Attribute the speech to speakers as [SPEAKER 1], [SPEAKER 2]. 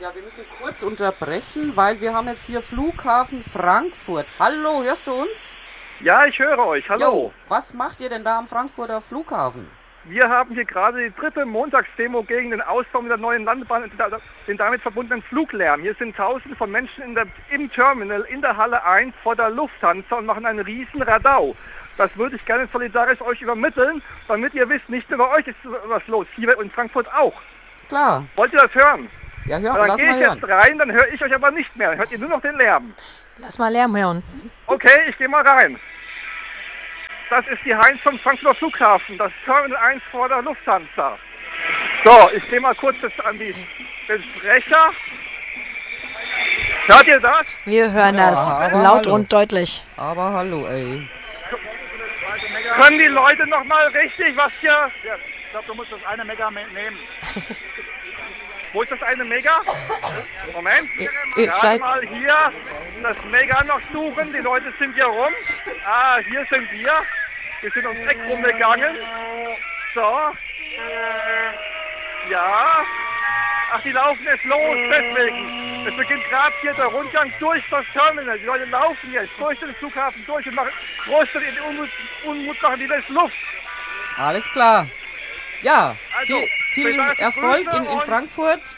[SPEAKER 1] Ja, wir müssen kurz unterbrechen, weil wir haben jetzt hier Flughafen Frankfurt. Hallo, hörst du uns?
[SPEAKER 2] Ja, ich höre euch. Hallo.
[SPEAKER 1] Jo, was macht ihr denn da am Frankfurter Flughafen?
[SPEAKER 2] Wir haben hier gerade die dritte Montagsdemo gegen den Ausbau der neuen Landbahn und da- den damit verbundenen Fluglärm. Hier sind tausende von Menschen in der, im Terminal in der Halle 1 vor der Lufthansa und machen einen riesen Radau. Das würde ich gerne solidarisch euch übermitteln, damit ihr wisst, nicht nur bei euch ist was los, hier in Frankfurt auch.
[SPEAKER 1] Klar,
[SPEAKER 2] Wollt ihr das hören?
[SPEAKER 1] ja, hör,
[SPEAKER 2] dann
[SPEAKER 1] lass
[SPEAKER 2] gehe
[SPEAKER 1] mal
[SPEAKER 2] ich
[SPEAKER 1] hören.
[SPEAKER 2] jetzt rein, dann höre ich euch aber nicht mehr. Dann Hört ihr nur noch den Lärm.
[SPEAKER 3] Lass mal Lärm hören.
[SPEAKER 2] Okay, ich gehe mal rein. Das ist die Heinz vom Frankfurter Flughafen, das Terminal 1 vor der Lufthansa. So, ich gehe mal kurz das an die, den Sprecher. Hört ihr das?
[SPEAKER 3] Wir hören
[SPEAKER 1] Ja,
[SPEAKER 3] das
[SPEAKER 1] aber
[SPEAKER 3] laut
[SPEAKER 1] hallo.
[SPEAKER 3] und deutlich.
[SPEAKER 1] Aber hallo, ey.
[SPEAKER 2] Können die Leute noch mal richtig was hier...
[SPEAKER 4] Ja, ich glaube, du musst das eine Mega nehmen.
[SPEAKER 2] Wo ist das eine Mega? Moment.
[SPEAKER 3] Ihr- ihr
[SPEAKER 2] Gerade
[SPEAKER 3] seid-
[SPEAKER 2] mal hier das Mega noch suchen. Die Leute sind hier rum. Ah, hier sind wir. Wir sind ums Eck rumgegangen. So. Ja. Ach, die laufen jetzt los, deswegen. Es beginnt gerade hier der Rundgang durch das Terminal. Die Leute laufen jetzt durch den Flughafen durch und machen größten in Unmut, Unmut machen die Welt Luft.
[SPEAKER 1] Alles klar. Ja,
[SPEAKER 2] Also,
[SPEAKER 1] viel,
[SPEAKER 2] wir
[SPEAKER 1] viel
[SPEAKER 2] sagen
[SPEAKER 1] Erfolg
[SPEAKER 2] Grüße
[SPEAKER 1] in, in
[SPEAKER 2] und-
[SPEAKER 1] Frankfurt.